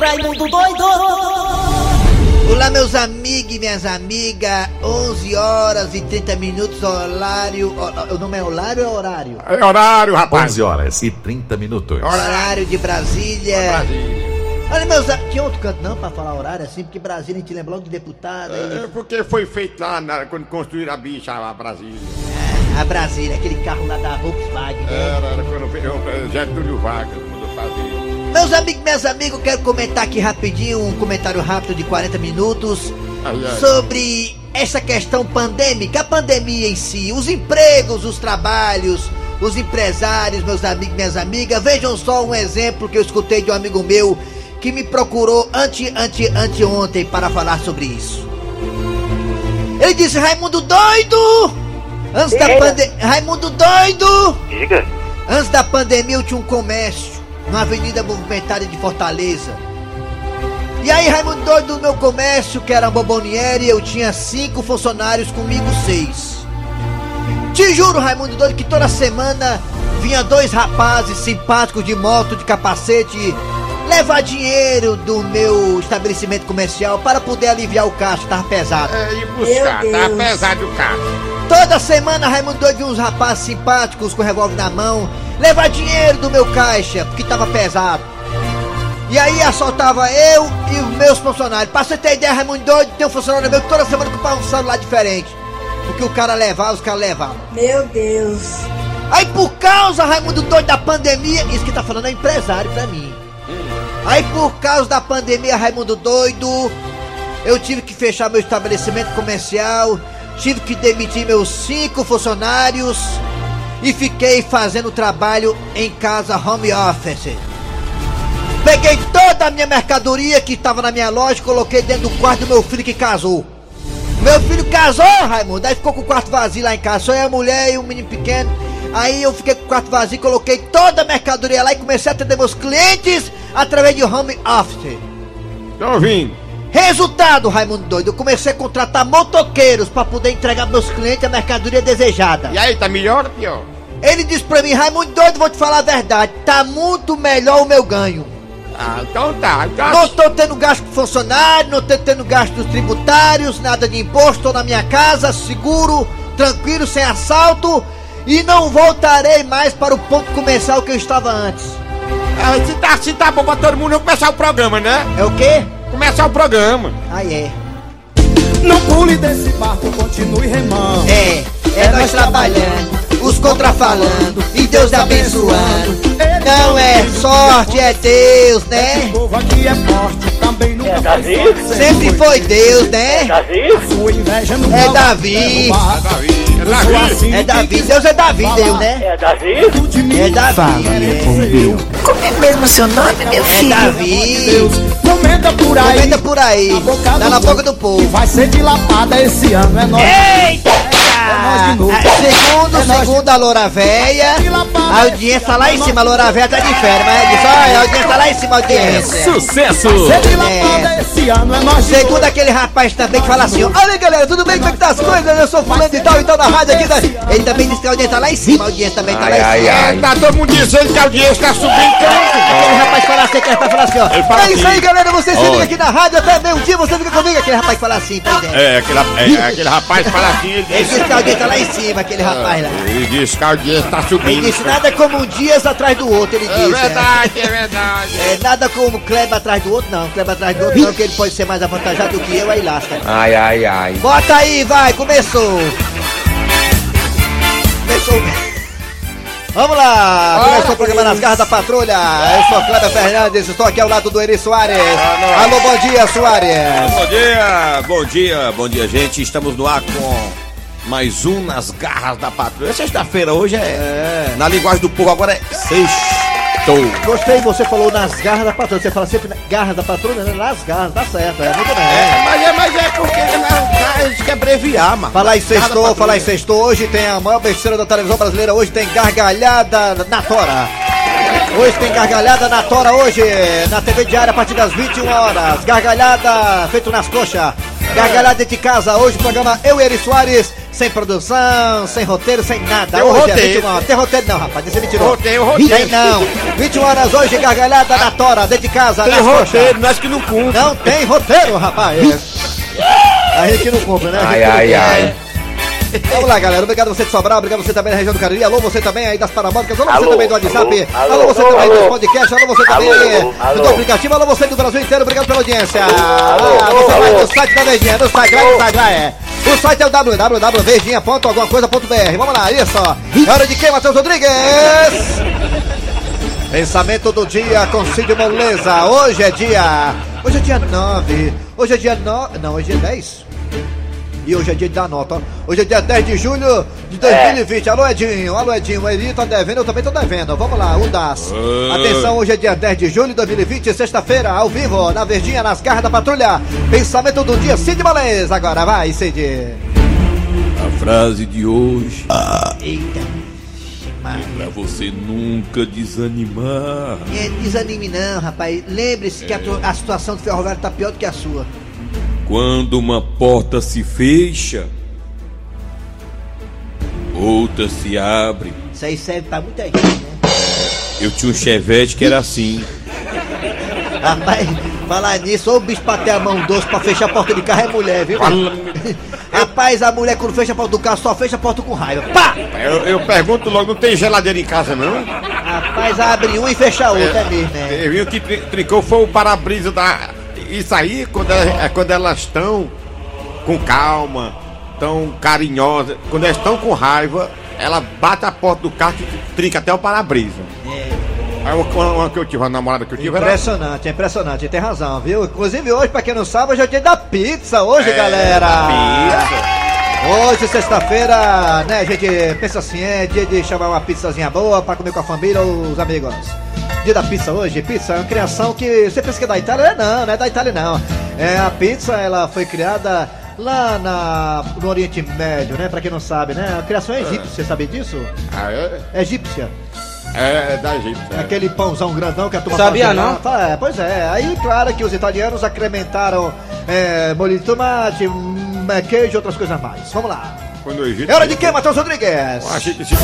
Raimundo Doido! Olá, meus amigos e minhas amigas. 11 horas e 30 minutos, horário. O o nome é horário ou é horário? É horário, rapaz. 11 É horas e 30 minutos. Horário de É. Brasília. Brasília. Olha, meus amigos. Tinha outro canto não pra falar horário assim, porque Brasília a gente lembra logo de deputada. É porque foi feito lá na- quando construíram a bicha lá, Brasília. e- É, A Brasília, aquele carro lá da Volkswagen, né? Era, era quando veio o Getúlio Vargas, mandou fazer. Meus amigos e minhas amigas, eu quero comentar aqui rapidinho um comentário rápido de 40 minutos Ai, ai. sobre essa questão pandêmica, a pandemia em si, os empregos, os trabalhos, os empresários, meus amigos e minhas amigas. Vejam só um exemplo que eu escutei de um amigo meu que me procurou ante, ante, anteontem para falar sobre isso. Ele disse: Raimundo doido! Antes da Eita. pandemia. Raimundo doido! Diga. Antes da pandemia eu tinha um comércio na Avenida Movimentada de Fortaleza. E aí, Raimundo doido do meu comércio, que era Bobonieri, eu tinha cinco funcionários, comigo seis. Te juro, Raimundo doido, que toda semana vinha dois rapazes simpáticos de moto, de capacete, levar dinheiro do meu estabelecimento comercial para poder aliviar o caixa, que tava pesado. É, e buscar, Meu tá Deus. apesar do carro. Toda semana, Raimundo doido, uns rapazes simpáticos com revólver na mão, levar dinheiro do meu caixa, porque tava pesado. E aí assaltava eu e os meus funcionários. Pra você ter ideia, Raimundo doido, tem um funcionário meu que toda semana comprava um celular diferente. O que o cara levava, os caras levavam. Meu Deus! Aí por causa, Raimundo doido, da pandemia, isso que tá falando é empresário pra mim. Aí por causa da pandemia, Raimundo doido, eu tive que fechar meu estabelecimento comercial, tive que demitir meus cinco funcionários e fiquei fazendo trabalho em casa home office. Peguei toda a minha mercadoria que estava na minha loja e coloquei dentro do quarto do meu filho que casou. Meu filho casou, Raimundo, aí ficou com o quarto vazio lá em casa, só eu, a mulher e um menino pequeno. Aí eu fiquei com o quarto vazio, coloquei toda a mercadoria lá e comecei a atender meus clientes através de home office. Tô ouvindo. Resultado, Raimundo doido, eu comecei a contratar motoqueiros pra poder entregar pros meus clientes a mercadoria desejada. E aí, tá melhor ou pior? Ele disse pra mim, Raimundo doido, vou te falar a verdade, tá muito melhor o meu ganho. Ah, então tá. Então, Não tô tendo gasto com funcionário, não tô tendo gastos tributários, nada de imposto, tô na minha casa, seguro, tranquilo, sem assalto e não voltarei mais para o ponto comercial que eu estava antes. ah, se, tá, se tá bom pra todo mundo, vamos começar o programa, né? É o quê? Começar o programa. Aí é. Não pule desse barco, continue remando. É, é nós trabalhando, os contrafalando e Deus abençoando. Não é sorte, é Deus, Esse né? povo aqui é forte, também nunca É faz Davi? sorte, Sempre foi Deus, né? Tá vivo? Sua inveja não É vai Davi. derrubar. Davi, Eu sou Davi. assim, É Davi, Deus é Davi, Deus, né? É Tá vivo? tudo de mim. É Davi, Como é mesmo seu nome, meu é, é filho? Davi. Deus, comenta por aí. Comenta por aí, tá na boca do Que povo. vai ser dilapada esse ano, é nóis. Eita! nós de novo. Ah, Segundo, É nós de- segundo a Loura Véia, a audiência lá em cima, a Loura Véia tá de férias, mas ela diz, olha, a audiência lá em cima, a audiência. Sucesso! Ser dilapada esse ano, é nóis. de Segundo aquele rapaz também que fala assim, ó, olha aí, galera, tudo bem, como é que tá as coisas? Eu sou fulano e tal, e tal, na rádio aqui, da... ele também disse que a audiência tá lá em cima, a audiência também tá lá em cima. É, tá todo mundo dizendo que a audiência tá subindo então. tanto. Aquele rapaz fala assim, aquele rapaz fala assim, ó, Ele fala é isso assim. aí, galera, você se liga Oi. aqui na rádio até meio-dia, você fica comigo, aquele rapaz fala assim, pois é. É, aquele, rap- é, aquele rapaz fala assim, ele É. Ele disse, disse que a audiência tá lá em cima, aquele rapaz lá. ele disse que a audiência tá Ele subindo. disse nada como um dias atrás do outro, ele né? É disse. verdade, é verdade. É, é nada como Kleber atrás do outro, não. Kleber atrás do outro, não, que ele pode ser mais avantajado do que eu, aí lasca. Ai, ai, ai. Bota aí, vai, começou! Começou. Vamos lá! Começou o programa nas garras da patrulha! Eu sou Kleber Fernandes, estou aqui ao lado do Eri Soares. Alô, bom dia, Soares! Bom dia, bom dia, bom dia, gente. Estamos no ar com mais um nas garras da patrulha. Sexta-feira hoje é, na linguagem do povo agora é sextou. Gostei, você falou nas garras da patrulha. Você fala sempre na- garras da patrulha, né? Nas garras, tá certo, é muito bem. mas é, mas é porque né, a gente quer abreviar, mano. Falar em sextou, falar em sextou, hoje tem a maior besteira da televisão brasileira, hoje tem gargalhada na tora. Hoje tem gargalhada na tora hoje, na TV Diária a partir das 21 horas. Gargalhada feito nas coxas. Gargalhada de casa, hoje o programa Eu e Eri Soares, Sem produção, sem roteiro, sem nada. Tem um hoje é roteiro. 21 horas. Tem roteiro não, rapaz. Esse é mentiroso. Roteiro, roteiro. Tem não. 21 horas hoje, gargalhada na tora, dentro de casa, Tem nas coxas. roteiro, nós que não cumprimos. Não tem roteiro, rapaz. É. A gente não compra, né? A gente Ai, não ai, compra. ai. Vamos lá, galera. Obrigado você de Sobral, obrigado você também na região do Cariri. Alô, você também aí das Parabólicas. Alô, você Alô, também do WhatsApp. Alô, alô, você alô, também alô. do podcast. Alô, você também Alô, eh, alô. do aplicativo. Alô, você do Brasil inteiro. Obrigado pela audiência. ah, alô, você vai alô. no site da Verdinha, no site, vai no site, vai. é. O site é o www.verdinha.algumacoisa.br. Vamos lá, isso. É hora de quem, Matheus Rodrigues? Pensamento do dia com Cid Moleza. Hoje é dia. Hoje é dia 9. Hoje é dia 9. Não, hoje é 10. E hoje é dia da nota. ó. Hoje é dia 10 de julho de 2020. Alô, Edinho. Alô, Edinho. O Eli tá devendo, eu também tô devendo. Vamos lá, o DAS. Atenção, hoje é dia 10 de julho de 2020, sexta-feira, ao vivo, na Verdinha, nas garras da patrulha. Pensamento do dia, Cid Moleza. Agora vai, Cid. A frase de hoje Eita, pra você nunca desanimar. é, desanime não, rapaz. Lembre-se É. que a, tu- a situação do ferroviário tá pior do que a sua. Quando uma porta se fecha, outra se abre. Isso aí serve pra muita gente, né? Eu tinha um chevette que era assim. Rapaz, falar nisso, ou o bicho bater a mão doce pra fechar a porta de carro é mulher, viu? Rapaz, a mulher quando fecha a porta do carro só fecha a porta com raiva. Pá! Eu, eu pergunto logo, não tem geladeira em casa, não? Rapaz, abre uma e fecha a outra, é mesmo, né? Eu vi que tri- trincou foi o para-brisa da. Isso aí, quando, é- é quando elas estão com calma, tão carinhosa, quando elas estão com raiva, ela bate a porta do carro e trinca até o para-brisa. Aí uma, uma que eu tive, uma namorada que eu tive era. É. Impressionante, é impressionante, tem razão, viu? Inclusive hoje, pra quem não sabe, hoje é o dia da pizza, hoje, É, galera! pizza. Hoje, sexta-feira, né, a gente pensa assim, é dia de chamar uma pizzazinha boa pra comer com a família ou os amigos. Dia da pizza hoje, pizza é uma criação que você pensa que é da Itália, não, não é da Itália não. É, a pizza, ela foi criada lá na, no Oriente Médio, né, pra quem não sabe, né? A criação é egípcia, você sabe disso? Ah, é, É egípcia. é da gente. É. Aquele pãozão grandão que a turma Sabia fazia lá. não? Fala, é, pois é. Aí, claro que os italianos acrementaram é, molho de tomate, hum, é, queijo e outras coisas mais. Vamos lá. Quando o Egito. É hora de quem, Matheus Rodrigues? Eu achei que se-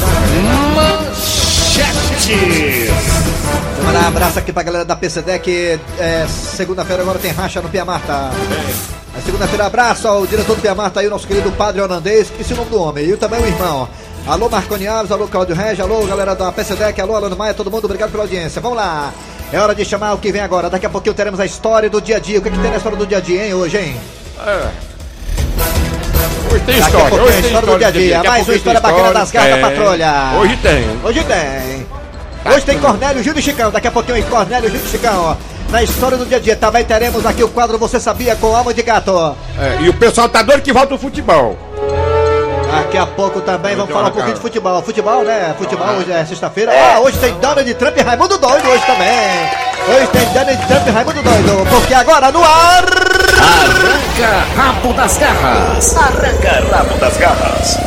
Vamos lá, Um abraço aqui pra galera da PCDEC. É, segunda-feira agora tem racha no Pia Marta. Na segunda-feira, abraço ao diretor do Pia Marta aí, o nosso querido padre holandês, que o nome do homem, e também o irmão. Alô, Marconi Alves, alô, Claudio Regi, alô, galera da PCDEC, alô, Alano Maia, todo mundo, obrigado pela audiência. Vamos lá, é hora de chamar o que vem agora. Daqui a pouquinho teremos a história do dia a dia. O que, é que tem na história do dia a dia, hein, hoje, hein? é. Hoje tem Daqui a história, pouquinho hoje a tem história do dia a dia. daqui a Mais uma pouquinho história tem bacana das garras da tem. patrulha. Hoje tem. Hoje tem. Hoje tem Cornélio, Gil e Chicão. Daqui a pouquinho é Cornélio, Gil e Chicão. ó. Na história do dia a dia. Também teremos aqui o quadro Você Sabia com Alma de Gato. ó. É, e o pessoal tá doido que volta o futebol. Daqui a pouco também vamos Então, falar um cara. pouquinho de futebol. Futebol, né? Futebol hoje é sexta-feira. Ah, hoje tem Donald Trump e Raimundo Doido hoje também. Hoje tem Donald Trump e Raimundo Doido. Porque agora no ar... Rabo das garras. Arranca rabo das garras.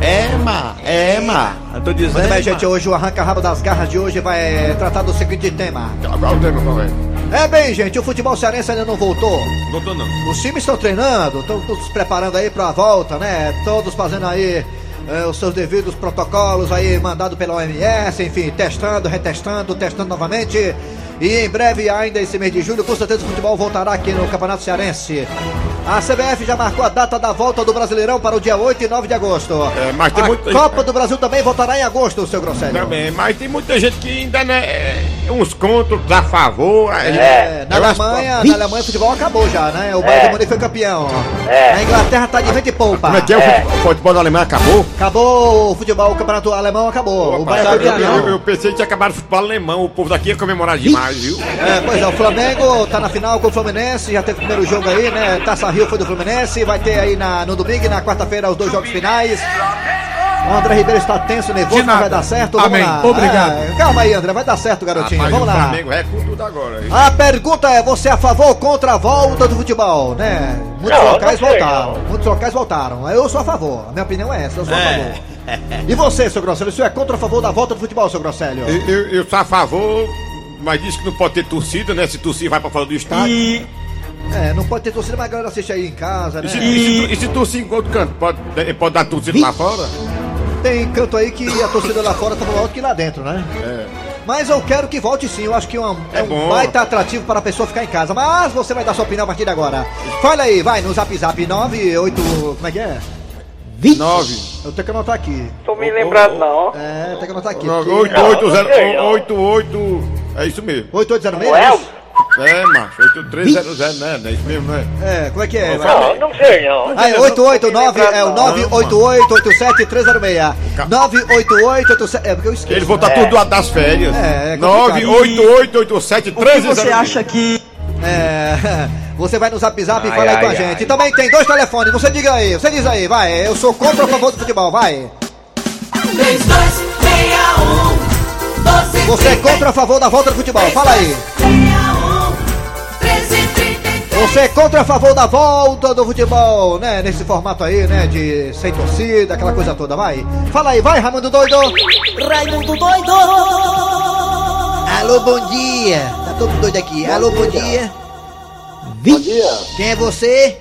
É, ma, é, ma. Eu tô Muito dizendo. bem, gente. Hoje o Arranca-Rabo das Garras de hoje vai tratar do seguinte tema. Agora o tema, qual é? É bem, gente, o futebol cearense ainda não voltou. Doutor, não. Os times estão treinando, estão todos se preparando aí pra volta, né? Todos fazendo aí eh, os seus devidos protocolos aí, mandado pela OMS, enfim, testando, retestando, testando novamente. E em breve, ainda esse mês de julho, com certeza o futebol voltará aqui no Campeonato Cearense. A CBF já marcou a data da volta do Brasileirão para o dia 8 e 9 de agosto. É, mas tem a muito- Copa do Brasil também voltará em agosto, seu Grosselho. Também, mas tem muita gente que ainda, né, é, uns contos a favor. É, na Alemanha, na Alemanha o futebol acabou já, né? O É. Bayern de Munique foi campeão. Na Inglaterra tá de vento e poupa. Como é que é? O fute- O futebol da Alemanha acabou? Acabou o futebol, o campeonato alemão acabou. o Bayern foi eu, campeão. eu- eu pensei que tinha acabado o futebol alemão. O povo daqui ia comemorar demais, viu? É, pois é, o Flamengo tá na final com o Fluminense, já teve o primeiro jogo aí, né? Taça Rio foi do Fluminense, vai ter aí na, no domingo e na quarta-feira os dois jogos finais. O André Ribeiro está tenso, nervoso, mas vai dar certo. Amém. Obrigado. calma aí, André, vai dar certo, garotinho. Rapaz, Vamos o lá. Flamengo é com tudo agora. hein? A pergunta é: você é a favor ou contra a volta do futebol, né? Muitos Não, locais não sei, voltaram. Muitos locais voltaram. Eu sou a favor. A minha opinião é essa, eu sou a favor. E você, seu Grosselho? O senhor é contra ou a favor da volta do futebol, seu Grosselho? Eu, eu- eu sou a favor, mas diz que não pode ter torcida, né? Se torcida vai pra fora do estádio. É, não pode ter torcida, mas a galera assiste aí em casa, né? E se, e se, e se tossir em outro canto, pode, pode dar torcida lá fora? Tem canto aí que a torcida lá fora tá mais alto que lá dentro, né? É. Mas eu quero que volte sim, eu acho que é um, é É um bom. baita atrativo para a pessoa ficar em casa. Mas você vai dar sua opinião a partir de agora. Fala aí, vai, no zap zap 98. Como é que é? 9. Eu tenho que anotar aqui. Tô me lembrado não. É, tem que é? anotar aqui. 8888. É isso mesmo. 8806? Não é? É, macho. 8300, né? Não é isso mesmo, né? É, como é que é? vai? Não, não sei não. Ah, é 889, é o Não, 988-87306. 988-87... É, porque eu esqueci. Ele voltar tudo do lado das férias. É, é complicado. 98887 Você um. acha que É, você vai no zap zap e Ai, fala aí com a ai, gente. ai. E também tem dois telefones, você diga aí, você diz aí, vai. Eu sou contra ou a favor do futebol, vai. 3261 Você é contra ou a favor da volta do futebol, fala aí. Você é contra ou a favor da volta do futebol, né? Nesse formato aí, né? De sem torcida, aquela coisa toda, vai. Fala aí, vai, Raimundo Doido. Raimundo doido? Alô, bom dia. Tá todo doido aqui. Alô, bom dia. Bom dia. Quem é você?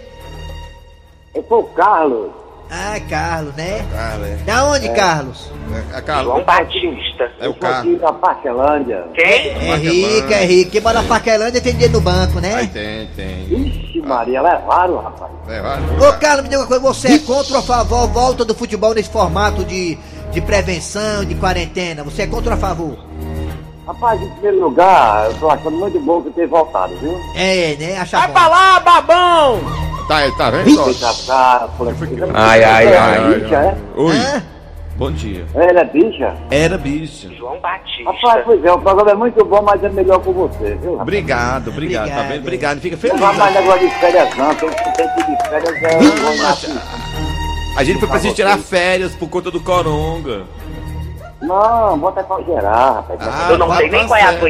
Eu sou o Carlos, Ah, Carlos, né? Cara, é, Da onde, Carlos? é, é, Carlos. João Batista. É o um Eu sou aqui Carlos. da Parcelândia. Quem? É rico, é rico. Quem mora na Paquelândia tem dinheiro no banco, Aí né? tem, tem. Ixi, Maria, levaram, rapaz. É, vai. Ô, Carlos, me diga uma coisa, você é contra ou a favor a volta do futebol nesse formato de, de prevenção, de quarentena? Você é contra ou a favor? Rapaz, em primeiro lugar, eu tô achando muito bom que ter voltado, viu? É, né? Acha bom. lá, babão! Tá, ele tá vendo? ó? Fica cara, flexível. Ai, ai, Ela ai. É bicha, é? Oi, Hã? bom dia. Ela é bicha? Era bicho. Rapaz, pois é, o programa é muito bom, mas é melhor com você, viu? rapaz? Obrigado, obrigado, tá Obrigado. vendo? Obrigado, fica Não feliz. vai mais né? negócio de férias, não. Tem que tem que ir de férias, é. vamos lá, filho. A gente foi preciso tirar férias por conta do coronga. Não, bota pra gerar, rapaz. Ah, eu não sei nem qual é a tua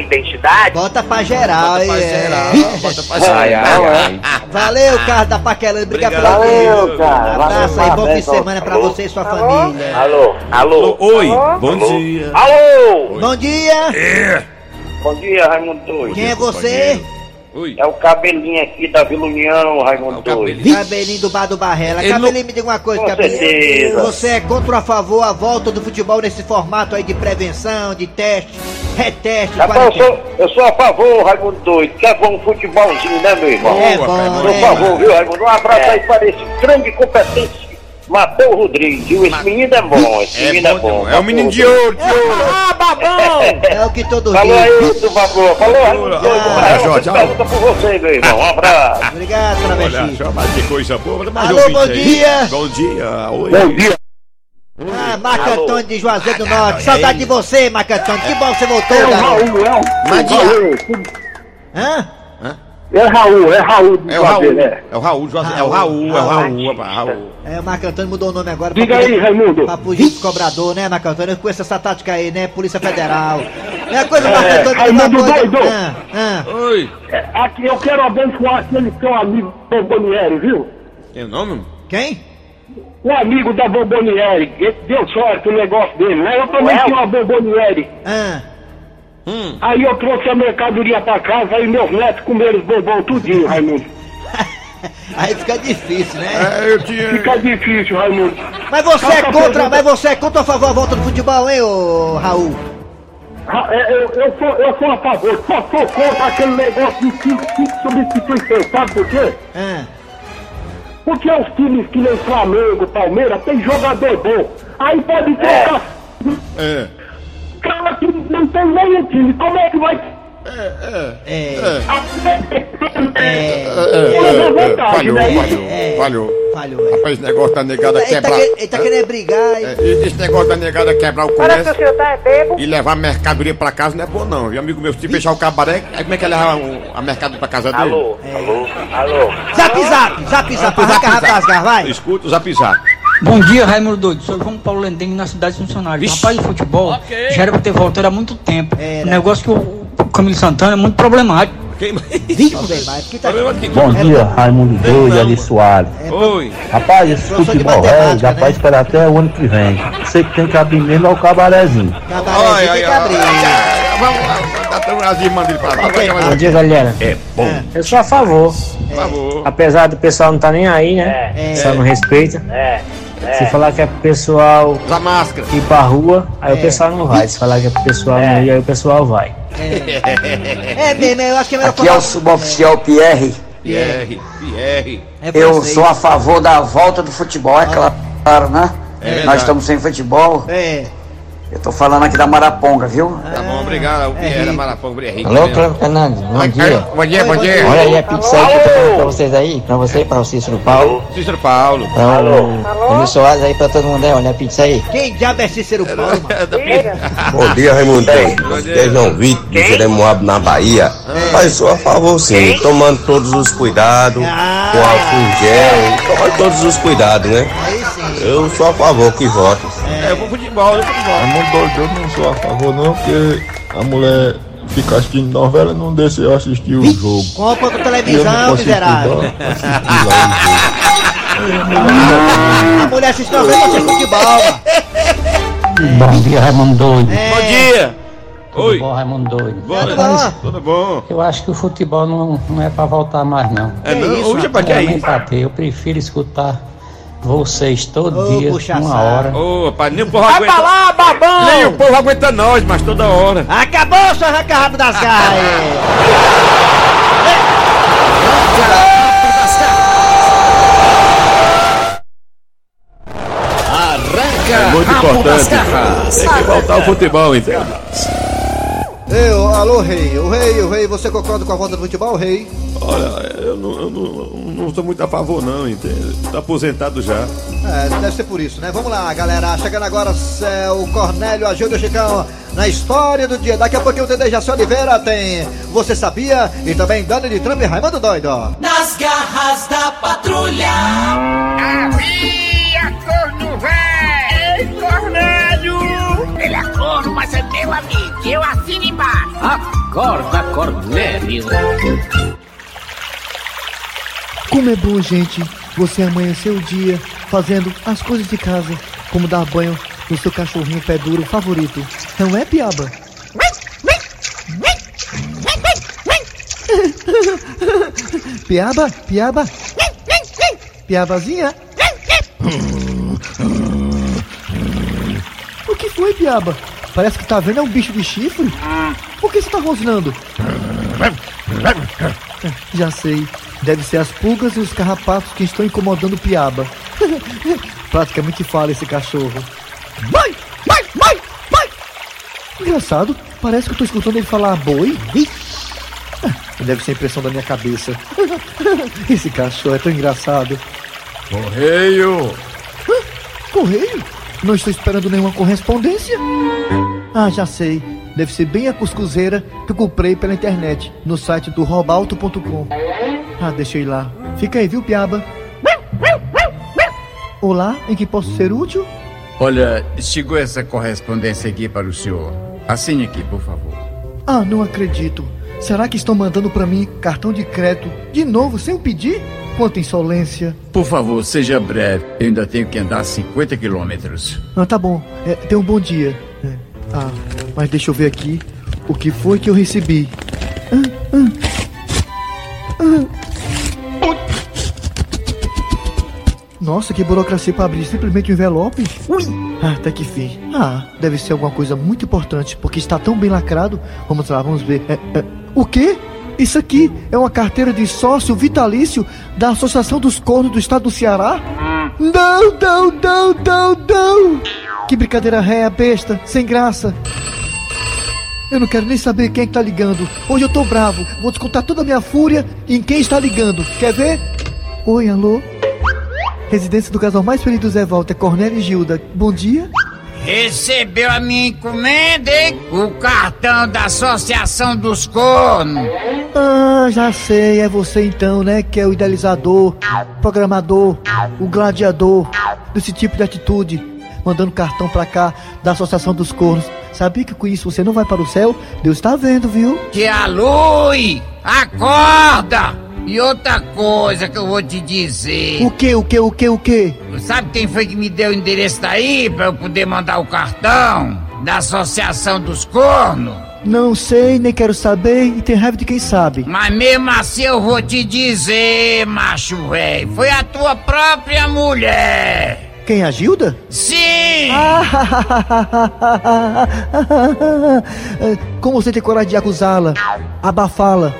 Bota pra geral, Bota pra é. geral, bota pra Ai, geral. ai, ai. Valeu, Carlos da Paquelândia. Obrigado Obrigado. pela audiência. Valeu, cara. Um abraço aí, bom fim de Parabéns, ó. semana pra você e sua família. Alô, Alô, Oi, bom dia. alô! Bom dia, Bom dia, Raimundo Doido. quem é você? Oi. É o cabelinho aqui da Vila União, É Raimundo o cabelinho. Doido. Cabelinho do Bar do Barrela. Ele não- Cabelinho, me diga uma coisa, Com Cabelinho. certeza. Você é contra ou a favor a volta do futebol nesse formato aí de prevenção, de teste, reteste, Rapaz, eu sou, eu sou a favor, Raimundo Doido. Quer bom um futebolzinho, né, meu irmão? É Boa, bom, Raimundo. Por né? favor, viu, Raimundo? Um É. abraço aí para esse grande competente Matheus Rodrigues. viu? Esse menino é bom, esse menino é bom. É o menino de Mateus ouro, de ouro. É o que todo Rodrigues. Falou dia. aí, do Favor. Falou, Raimundo Doido. Ah, Mas eu Jorge, fiz pergunta por você, meu irmão. Um abraço. Obrigado, Olha, travesti. só, mas que coisa boa. Olha mais Alô, ouvinte bom aí. dia. Bom dia. Oi. dia. Ah, Marco Antônio de Juazeiro Ah, do Norte. Saudade de você, Marco Antônio. Que bom que você voltou, É o garoto. Raul, é Mas de- o Hã? É Raul, é Raul do É o Raul. Juazeiro, é. É o Raul, José- é o Raul, é o Raul, rapaz, Raul. É, o Marco Antônio mudou o nome agora. pra Diga aí, poder- Raimundo. Pra fugir do cobrador, né, Marco Antônio? Eu conheço essa tática aí, né? Polícia Federal. É a coisa, Marco Antônio. aí, uma manda o coisa- doido. Ah, ah. Oi. É, Aqui eu quero abençoar aquele seu amigo Bombonieri, viu? Tem um o nome? Quem? O amigo da Bombonieri, que deu sorte o negócio dele, né? Eu também tinha uma Bombonieri. Ah. Aí eu trouxe a mercadoria pra casa, aí meus netos comeram os bombons tudinho, Raimundo. Aí fica difícil, né? É, eu tinha. Fica difícil, Raimundo. Mas você é Faça a contra, pergunta. mas você é contra a favor a volta do futebol, hein, ô Raul? Ra- é, Eu, eu, sou, eu sou a favor, só sou contra aquele negócio de cinco, cinco substituições, sabe por quê? Ah. Porque os times que nem Flamengo, Palmeiras, tem jogador bom. Aí pode trocar É. cara que não tem nem o time. Como é que vai É, É, é, Falhou, né? falhou, falhou. falhou, é. Rapaz, esse negócio da negada Ele tá, quebrar. que- ele tá querendo brigar. É, hein? Esse negócio da negada quebrar o Parece que comércio o senhor tá é bebo. e levar mercadoria pra casa não é bom, não. E amigo meu, se fechar o cabaré, aí como é que ele leva o- a mercadoria pra casa dele? Zap, zap, zap, zap. Arranca, zap, zap. rapaz, vai. Escuta o zap zap. Bom dia, Raimundo Doido. Sou João Paulo Lendem, na cidade de Funcionários. Vixe. Rapaz, o futebol já era pra ter voltado há muito tempo. Era. O negócio que o o Camilo Santana é muito problemático. Quem mais? Também, vai. porque tá- Problema aqui. Bom dia, Raimundo Doido, Ali Soares. É, Oi. Rapaz, esse Professor de futebol é, matemática, dá pra né? esperar até o ano que vem. Você que tem que abrir mesmo é o cabarezinho. Cabarezinho tem que abrir. Vamos lá, Catando as irmãs dele pra lá. Vai, vai, vai. Bom dia, galera. É bom. Eu sou a favor. Por favor. Apesar do pessoal não tá nem aí, né? É. Só É. não respeita. Se falar que é pro pessoal Usa máscara. ir pra rua, aí É. o pessoal não vai. Se falar que é pro pessoal não ir, aí o pessoal vai. É mesmo, eu acho que é melhor Aqui é o suboficial Pierre. Pierre, É Pierre. é Eu sou a favor da volta do futebol, é claro, né? É verdade. Nós estamos sem futebol. É. Eu tô falando aqui da Maraponga, viu? Tá bom, obrigado. O Pierre, é Marapão, Pierre. Alô, Cláudio Fernandes, bom dia. Bom dia, bom dia. Olha aí a pizza aí que eu tô falando pra vocês aí, pra você, pra o Cícero Paulo, Cícero Paulo. pra o Emílio Soares aí, pra todo mundo aí, olha a pizza aí. Quem diabo é Cícero Paulo, mano? Bom dia, Raimundão. Aqui é João Vitor, de Jeremoabo, na Bahia. Ah. Mas sou a favor, sim, tomando todos os cuidados, Ah. com álcool em gel, tomando todos os cuidados, né? Eu sou a favor que voto. É, eu vou futebol, eu vou futebol. Raimundo doido, eu não sou a favor não, porque a mulher fica assistindo novela e não deixa eu assistir o jogo. Compra com Eu não televisão, posso miserável. estudar, assistir A mulher assiste novela pra é futebol, mano. Bom dia, Raimundo Doido. Bom dia. Oi. É. Bom, Raimundo Doido. Tudo Mas bom? Tudo bom? eu acho que o futebol não, não é pra voltar mais, não. É, não? Ô, rapaz, Japa, que não é nem isso? pra ter. Eu prefiro escutar vocês todo Ô, dia, puxa uma saco. hora. Ô, rapaz, nem o povo Vai aguenta. pra lá, babão! Nem o povo aguenta nós, mas toda hora. Acabou, seu arranca-rabo das garras aí. Arranca Muito rabo das importante. garras. Tem que voltar o futebol, então. entende? Eu, alô, rei. O rei, o rei, você concorda com a volta do futebol, rei? Olha, eu não, eu não, eu não sou muito a favor, não, entende? Tá aposentado já. É, deve ser por isso, né? Vamos lá, galera. Chegando agora é, o Cornélio Ajuda o Chicão na história do dia. Daqui a pouquinho o Dede Jaci Oliveira tem Você Sabia e também Dani de Trump e Raimundo Doido. Nas garras da patrulha. Havia corno velho. Ei, Cornélio. Ele é corno, mas é meu amigo. Eu assino embaixo. Acorda, Cornélio. Como é bom, gente, você amanhecer o dia fazendo as coisas de casa, como dar banho no seu cachorrinho pé duro favorito. Não é, piaba? piaba, piaba. Piabazinha. O que foi, piaba? Parece que tá vendo é um bicho de chifre. Por que você tá rosnando? Já sei. Deve ser as pulgas e os carrapatos que estão incomodando o piaba. Praticamente fala esse cachorro. Vai! Vai! Vai! Vai! Engraçado, parece que eu tô escutando ele falar boi. Ih. Deve ser a impressão da minha cabeça. Esse cachorro é tão engraçado. Correio. Correio? Não estou esperando nenhuma correspondência. Ah, já sei. Deve ser bem a cuscuzeira que eu comprei pela internet, no site do robalto.com. Ah, deixei lá. Fica aí, viu, piaba? Olá, em que posso ser útil? Olha, chegou essa correspondência aqui para o senhor. Assine aqui, por favor. Ah, não acredito. Será que estão mandando pra mim cartão de crédito de novo sem eu pedir? Quanta insolência. Por favor, seja breve. Eu ainda tenho que andar 50 quilômetros. Ah, tá bom. É, tenha um bom dia. É. Ah, mas deixa eu ver aqui o que foi que eu recebi. Ah, ah. Ah. Nossa, que burocracia pra abrir simplesmente um envelope. Ah, até que fim. Ah, deve ser alguma coisa muito importante, porque está tão bem lacrado. Vamos lá, vamos ver. É, é, o quê? Isso aqui é uma carteira de sócio vitalício da Associação dos Cornos do Estado do Ceará? Não, não, não, não, não! Que brincadeira réia, besta, sem graça. Eu não quero nem saber quem é que tá ligando. Hoje eu tô bravo. Vou descontar toda a minha fúria em quem está ligando. Quer ver? Oi, alô? Residência do casal mais feliz do Zé Walter, Cornélia e Gilda. Bom dia? Recebeu a minha encomenda, hein? O cartão da Associação dos Cornos. Ah, já sei, é você então, né? Que é o idealizador, programador, o gladiador desse tipo de atitude, mandando cartão pra cá da Associação dos Cornos. Sabia que com isso você não vai para o céu? Deus tá vendo, viu? Que É a luz! Acorda! E outra coisa que eu vou te dizer. O que, o que, o que, o que? Sabe quem foi que me deu o endereço daí pra eu poder mandar o cartão? da Associação dos Cornos? Não sei, nem quero saber e tem raiva de quem sabe. Mas mesmo assim eu vou te dizer, macho velho, foi a tua própria mulher. Quem, é a Gilda? Sim! Como você tem coragem de acusá-la, abafá-la,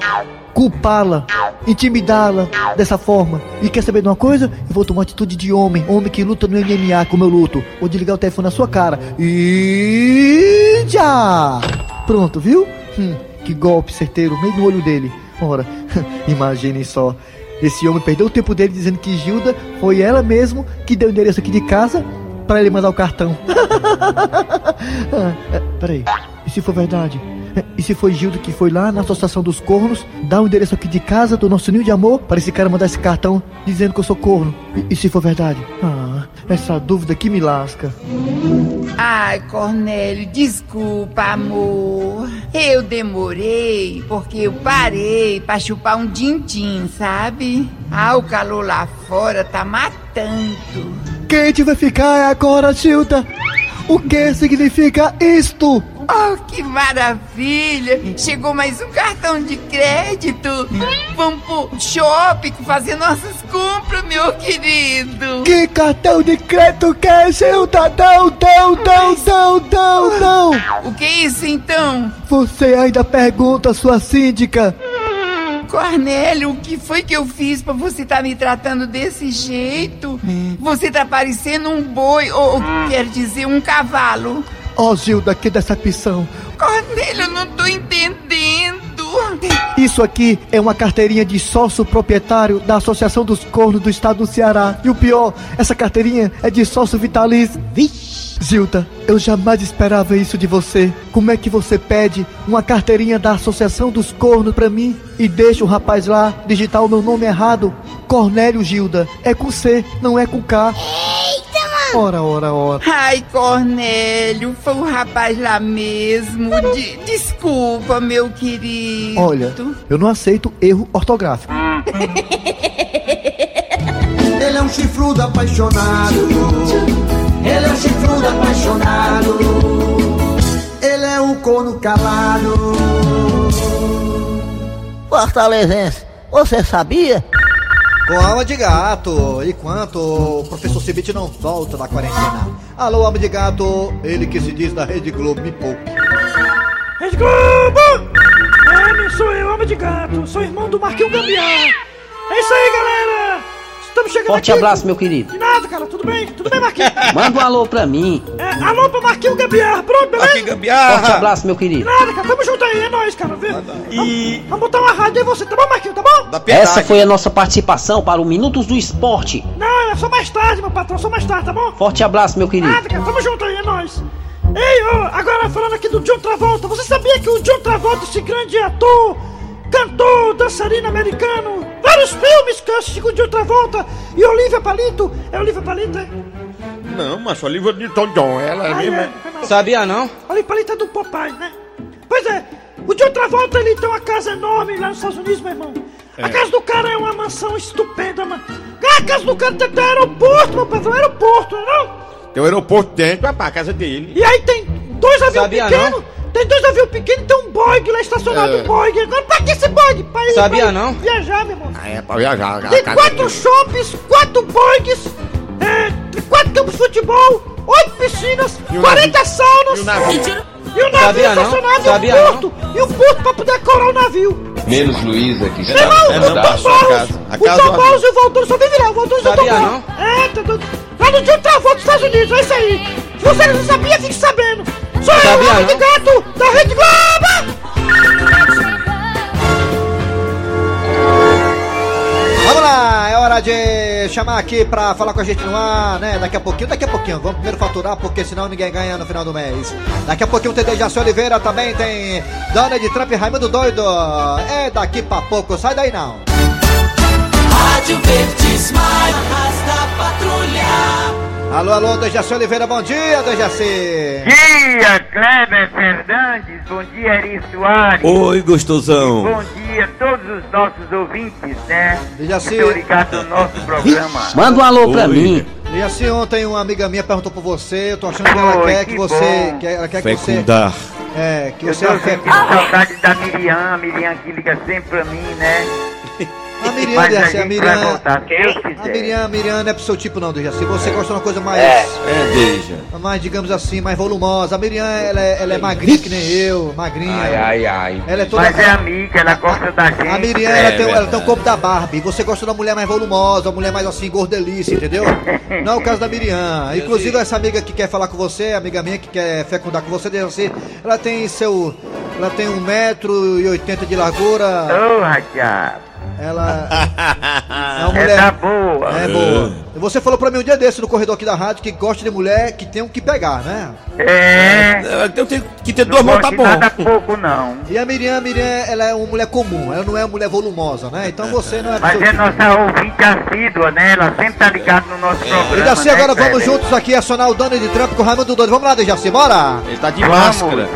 culpá-la, intimidá-la dessa forma? E quer saber de uma coisa? Eu vou tomar atitude de homem, homem que luta no MMA como eu luto. Vou desligar o telefone na sua cara e já! Pronto, viu? Hum, que golpe certeiro, meio no olho dele. Ora, imaginem só. Esse homem perdeu o tempo dele dizendo que Gilda foi ela mesmo que deu o endereço aqui de casa para ele mandar o cartão. ah, é, peraí, e se for verdade? É, E se foi Gilda que foi lá na Associação dos Cornos dar o endereço aqui de casa do nosso ninho de amor para esse cara mandar esse cartão dizendo que eu sou corno? E, e se for verdade? Ah, essa dúvida que me lasca. Ai, Cornélio, desculpa, amor. Eu demorei porque eu parei pra chupar um dintim, sabe? Ah, o calor lá fora tá matando. Quente vai ficar é agora, Gilda. O que significa isto? Oh, que maravilha! Chegou mais um cartão de crédito. Vamos pro shopping fazer nossas compras, meu querido. Que cartão de crédito que é, Gilda? Não, não, não, não, não, não! O que é isso então? Você ainda pergunta, sua síndica. Cornélio, o que foi que eu fiz pra você estar me tratando desse jeito? Você tá parecendo um boi, ou, ou quer dizer, um cavalo. Ó, Gilda, que decepção. Cornélio, eu não tô entendendo. Isso aqui é uma carteirinha de sócio proprietário da Associação dos Cornos do Estado do Ceará. E o pior, essa carteirinha é de sócio vitalício. Gilda, eu jamais esperava isso de você. Como é que você pede uma carteirinha da Associação dos Cornos pra mim e deixa o rapaz lá digitar o meu nome errado? Cornélio Gilda. É com C, não é com K. Eita, Ora, ora, ora. Ai, Cornélio, foi um rapaz lá mesmo. De- desculpa, meu querido. Olha, eu não aceito erro ortográfico. Ele é um chifrudo apaixonado. Ele é um chifrudo apaixonado. Ele é um corno calado. Fortalezense, você sabia? Com alma de gato, enquanto o professor Cibite não volta da quarentena. Alô, alma de gato, ele que se diz da Rede Globo, me poupe. Rede Globo! É, sou eu, homem de gato. Sou irmão do Marquinhos Gambiar. É isso aí, galera. Estamos chegando Forte aqui. abraço, meu querido. De nada, cara. Tudo bem? Tudo bem, Marquinhos? Manda um alô pra mim. É, alô pro Marquinhos Gambiar. Pronto, beleza? Marquinhos Forte abraço, meu De querido. nada, cara. Tamo junto aí. É nóis, cara. Viu? E... Vamos botar uma rádio aí você, tá bom, Marquinhos? Tá bom? Essa foi a nossa participação para o Minutos do Esporte. Não, é só mais tarde, meu patrão. Só mais tarde, tá bom? Forte abraço, meu querido. Nada, cara. Tamo junto aí, é nóis. Ei, ô, agora falando aqui do John Travolta, você sabia que o John Travolta, esse grande ator, cantor, dançarino americano, vários filmes que eu assisti com o John Travolta e Olivia Palito, é Olivia Palito, é? Não, mas só livro de Tom John, ela é Ai, mesmo. é, Sabia não? Olivia Palito é do Popeye, né? Pois é, o John Travolta, ele tem uma casa enorme lá nos Estados Unidos, meu irmão. A É. casa do cara é uma mansão estupenda, mano. A casa do cara tem até aeroporto, meu patrão, aeroporto, não é não? Tem o aeroporto dentro, vai pra casa dele. E aí tem dois aviões Sabia pequenos, tem dois aviões pequenos e tem um Boeing lá estacionado, É. um Boeing. Agora, pra que esse Boeing? Pra ir- Sabia pra ir não? Viajar, meu irmão. Ah, é pra viajar. a Tem casa quatro dele. shoppings, quatro Boeings, é, quatro campos de futebol, oito piscinas, E o 40 navio? saunas. E o navio? E o navio Sabia não? estacionado Sabia e o não? porto. E o porto pra poder corar o navio. Menos Luísa que Meu irmão, é, o Tom Barros, o Tom Barros e o Valdouro só vem virar, o Valdouro e o Tom Sabia Barros. É, tá doido. Lá no dia travou dos Estados Unidos, é isso aí. Se você não sabia, fique sabendo. Sou eu, Sabia, Rede não? Gato, da Rede Globo! Vamos lá, é hora de chamar aqui pra falar com a gente no ar, né? Daqui a pouquinho, daqui a pouquinho. Vamos primeiro faturar, porque senão ninguém ganha no final do mês. Daqui a pouquinho tem Dejaci Oliveira também, tem Donald Trump e Raimundo Doido. É daqui pra pouco, sai daí não. Rádio Verdes Maras da Patrulha. Alô, alô, Dejaci Oliveira, bom dia, Dejaci. dia, Kleber Fernandes. Bom dia, Eri Soares. Oi, gostosão. Bom dia a todos os nossos ouvintes, né? Dejaci. Muito obrigado ao nosso programa. Manda um alô pra Oi. mim. E assim ontem uma amiga minha perguntou por você, eu tô achando que ela Foi, quer que, que você. bom. Que ela quer que Fecundar. você. É, que Eu você tô a sentindo saudade da Miriam, Miriam que liga sempre pra mim, né? A Miriam, Mas Jaci, a gente vai Miriam. voltar, se Deus quiser. A Miriam, a Miriam não é pro seu tipo não, Dejaci. Você gosta de uma coisa mais. É, é, Deja. Mais, digamos assim, mais volumosa. A Miriam, ela é, ela é magrinha que nem eu, magrinha. Ai, ai, ai. Ela é toda. Mas é amiga, ela gosta da gente. A Miriam, né? ela, tem, ela tem o corpo da Barbie. Você gosta de uma mulher mais volumosa, uma mulher mais assim, gordelícia, entendeu? Não é o caso da Miriam. Inclusive, essa amiga que quer falar com você, amiga minha que quer fecundar com você, diz assim, ela tem seu. Ela tem 1,80m de largura. Ô, Raquel. Ela. É uma É, mulher. da boa. É boa. Você falou pra mim um dia desse no corredor aqui da rádio que gosta de mulher que tem o que pegar, né? É. Eu tenho que ter Não gosto de nada pouco, não. E a Miriam, a Miriam, ela é uma mulher comum, ela não é uma mulher volumosa, né? Então você não é. Mas é nossa ouvinte assídua, né? Ela sempre tá ligada no nosso programa. E Dejaci, né, agora vamos velho? juntos aqui acionar o Donald Trump com o Raimundo Doido. Vamos lá, Dejaci, bora! Ele tá de máscara.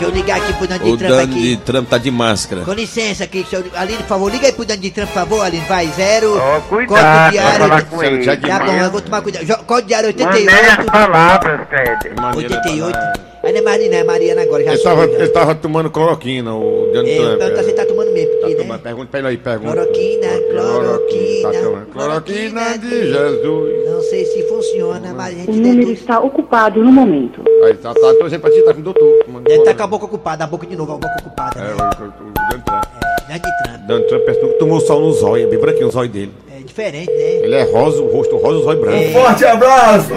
Deixa eu ligar aqui pro O Donald Trump tá de máscara. Com licença aqui, senhor. Aline, por favor, liga aí pro Dandy Trump, por favor, Aline. Vai, zero. cuidado, código vai diário. falar com ele. é Tá bom, eu vou tomar cuidado. Jo- Código diário 88. Maneira as palavras, Fred. 88. Ana Marina, é Mariana agora, já Ele tava, ele tava tomando cloroquina, o Donald Eu, Trump. então tá, é. você tá tomando mesmo, porque, né? Pergunta pra ele aí, pergunta. Cloroquina, Tá cloroquina. tomando cloroquina de Jesus. Não sei se funciona, mas a gente O número está ocupado no momento. Aí tá, tá, tô dizendo pra ti, tá com o doutor. Mano, Deve tá com a boca ocupada, a boca de novo, a boca ocupada. É, né? o, o, o Donald Trump. Donald Trump. Donald Trump é que tomou sol no zóio, é bem branquinho o zóio dele. É diferente, né? Ele é rosa, o rosto rosa, o zóio branco. Um forte abraço!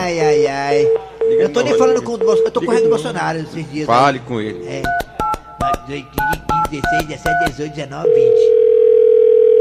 Ai, ai, ai. Eu tô nem falando com o Bolsonaro, eu tô correndo o Bolsonaro esses dias. né? Fale com ele. É. 15, 16, 17, 18, 19, 20.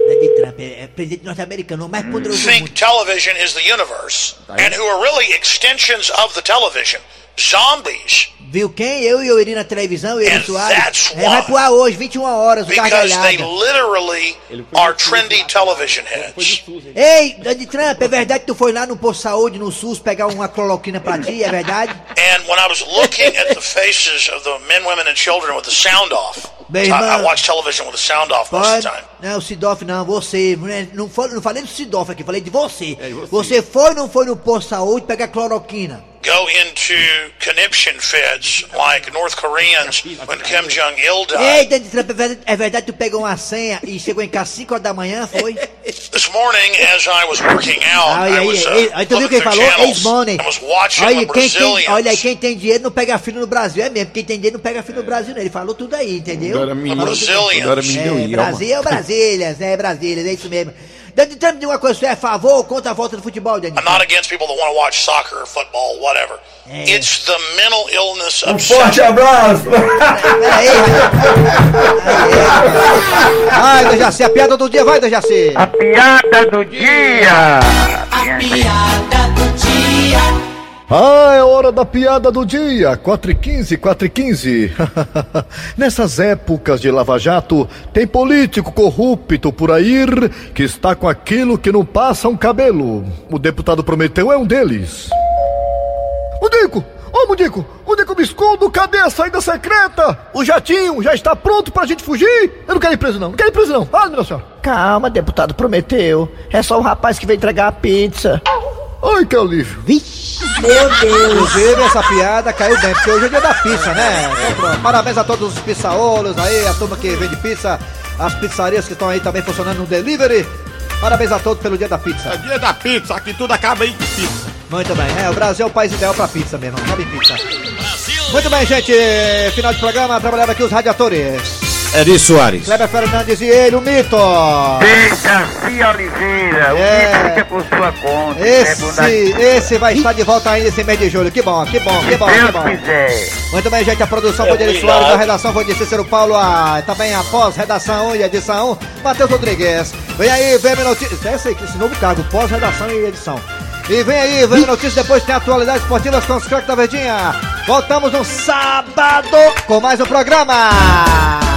Donald Trump é, é presidente norte-americano, o mais poderoso do mundo. think television is the universe and who are really extensions of the television. Zombies. Viu quem? Eu e eu iria na televisão, eu e o Soares. that's É, vai pro ar hoje, 21 horas, o Because they gargalhada. literally are trendy television heads. Ei, Donald Trump, é verdade que tu foi lá no posto de saúde, no SUS, pegar uma cloroquina pra ti, é verdade? And when I was looking at the faces of the men, women, and children with the sound off, Bem, I, mano. I watch television with the sound off most of Pode. the time. Não, Sidoff não, você. né? Não, foi, não falei do Sidoff aqui, falei de você. Você foi ou não foi no posto de saúde pegar cloroquina? Go into conniption fits like North Koreans when Kim Jong Il Ah. Ei, died. Donald Trump, é verdade, é verdade que tu pegou uma senha e chegou em casa 5 horas da manhã, foi? This morning, as I was working out, Aí, I aí, was aí, aí uh, tu looking viu quem through falou? channels Ex-money. and was watching Olha, the quem tem, Brazilians. olha aí, quem tem dinheiro não pega filho no Brasil, é mesmo. Quem tem dinheiro não pega filho no Brasil, não. Ele falou tudo aí, entendeu? Agora me- Falou tudo. Brazilians. Agora me deu é, ilha, Brasil é o Brasília, é Brasília, é isso mesmo. Donald Trump, de uma coisa, você é a favor ou contra a volta do futebol, Donald I'm Trump? not against people that want to watch soccer or football, whatever. It's the mental illness of abraço! Ai, Dejaci, a piada do dia, vai, Dejaci! A piada do dia! A piada do dia. Ah, é hora da piada do dia, 4 e 15, 4 e 15. Nessas épocas de Lava Jato, tem político corrupto por aí que está com aquilo que não passa um cabelo. O deputado Prometeu é um deles. Mundico! Ô, Mundico! Mundico, me escondo! Cadê a saída secreta? O jatinho já está pronto pra gente fugir? Eu não quero ir preso não, não quero ir preso não. Ah, meu senhor! Calma, deputado Prometeu. É só o rapaz que veio entregar a pizza. Ai, que alívio! Meu Deus! Inclusive, essa piada caiu bem, porque hoje é dia da pizza, né? Então, pronto. Parabéns a todos os pizzaolos aí, a turma que vende pizza, as pizzarias que estão aí também funcionando no delivery. Parabéns a todos pelo dia da pizza. É dia da pizza, aqui tudo acaba em pizza. Muito bem, é, o Brasil é o país ideal pra pizza mesmo, sabe pizza. Muito bem, gente, final de programa, trabalhando aqui os radiadores. Eri Soares. Kleber Fernandes e ele, o mito. Dejaci Oliveira, o que fica por sua conta. é É Esse, esse vai estar de volta ainda esse mês de julho. Que bom, que bom, que bom, que bom. Muito bem, gente. A produção foi de Eri Obrigado. Soares, a redação foi de Cícero Paulo, a, também a pós-redação e edição, Matheus Rodrigues. Vem aí, vem minha notícia. Essa aí, esse novo cargo, pós-redação e edição. E vem aí, vem minha notícia, depois tem atualidades esportivas com os craques da Verdinha. Voltamos no sábado com mais um programa.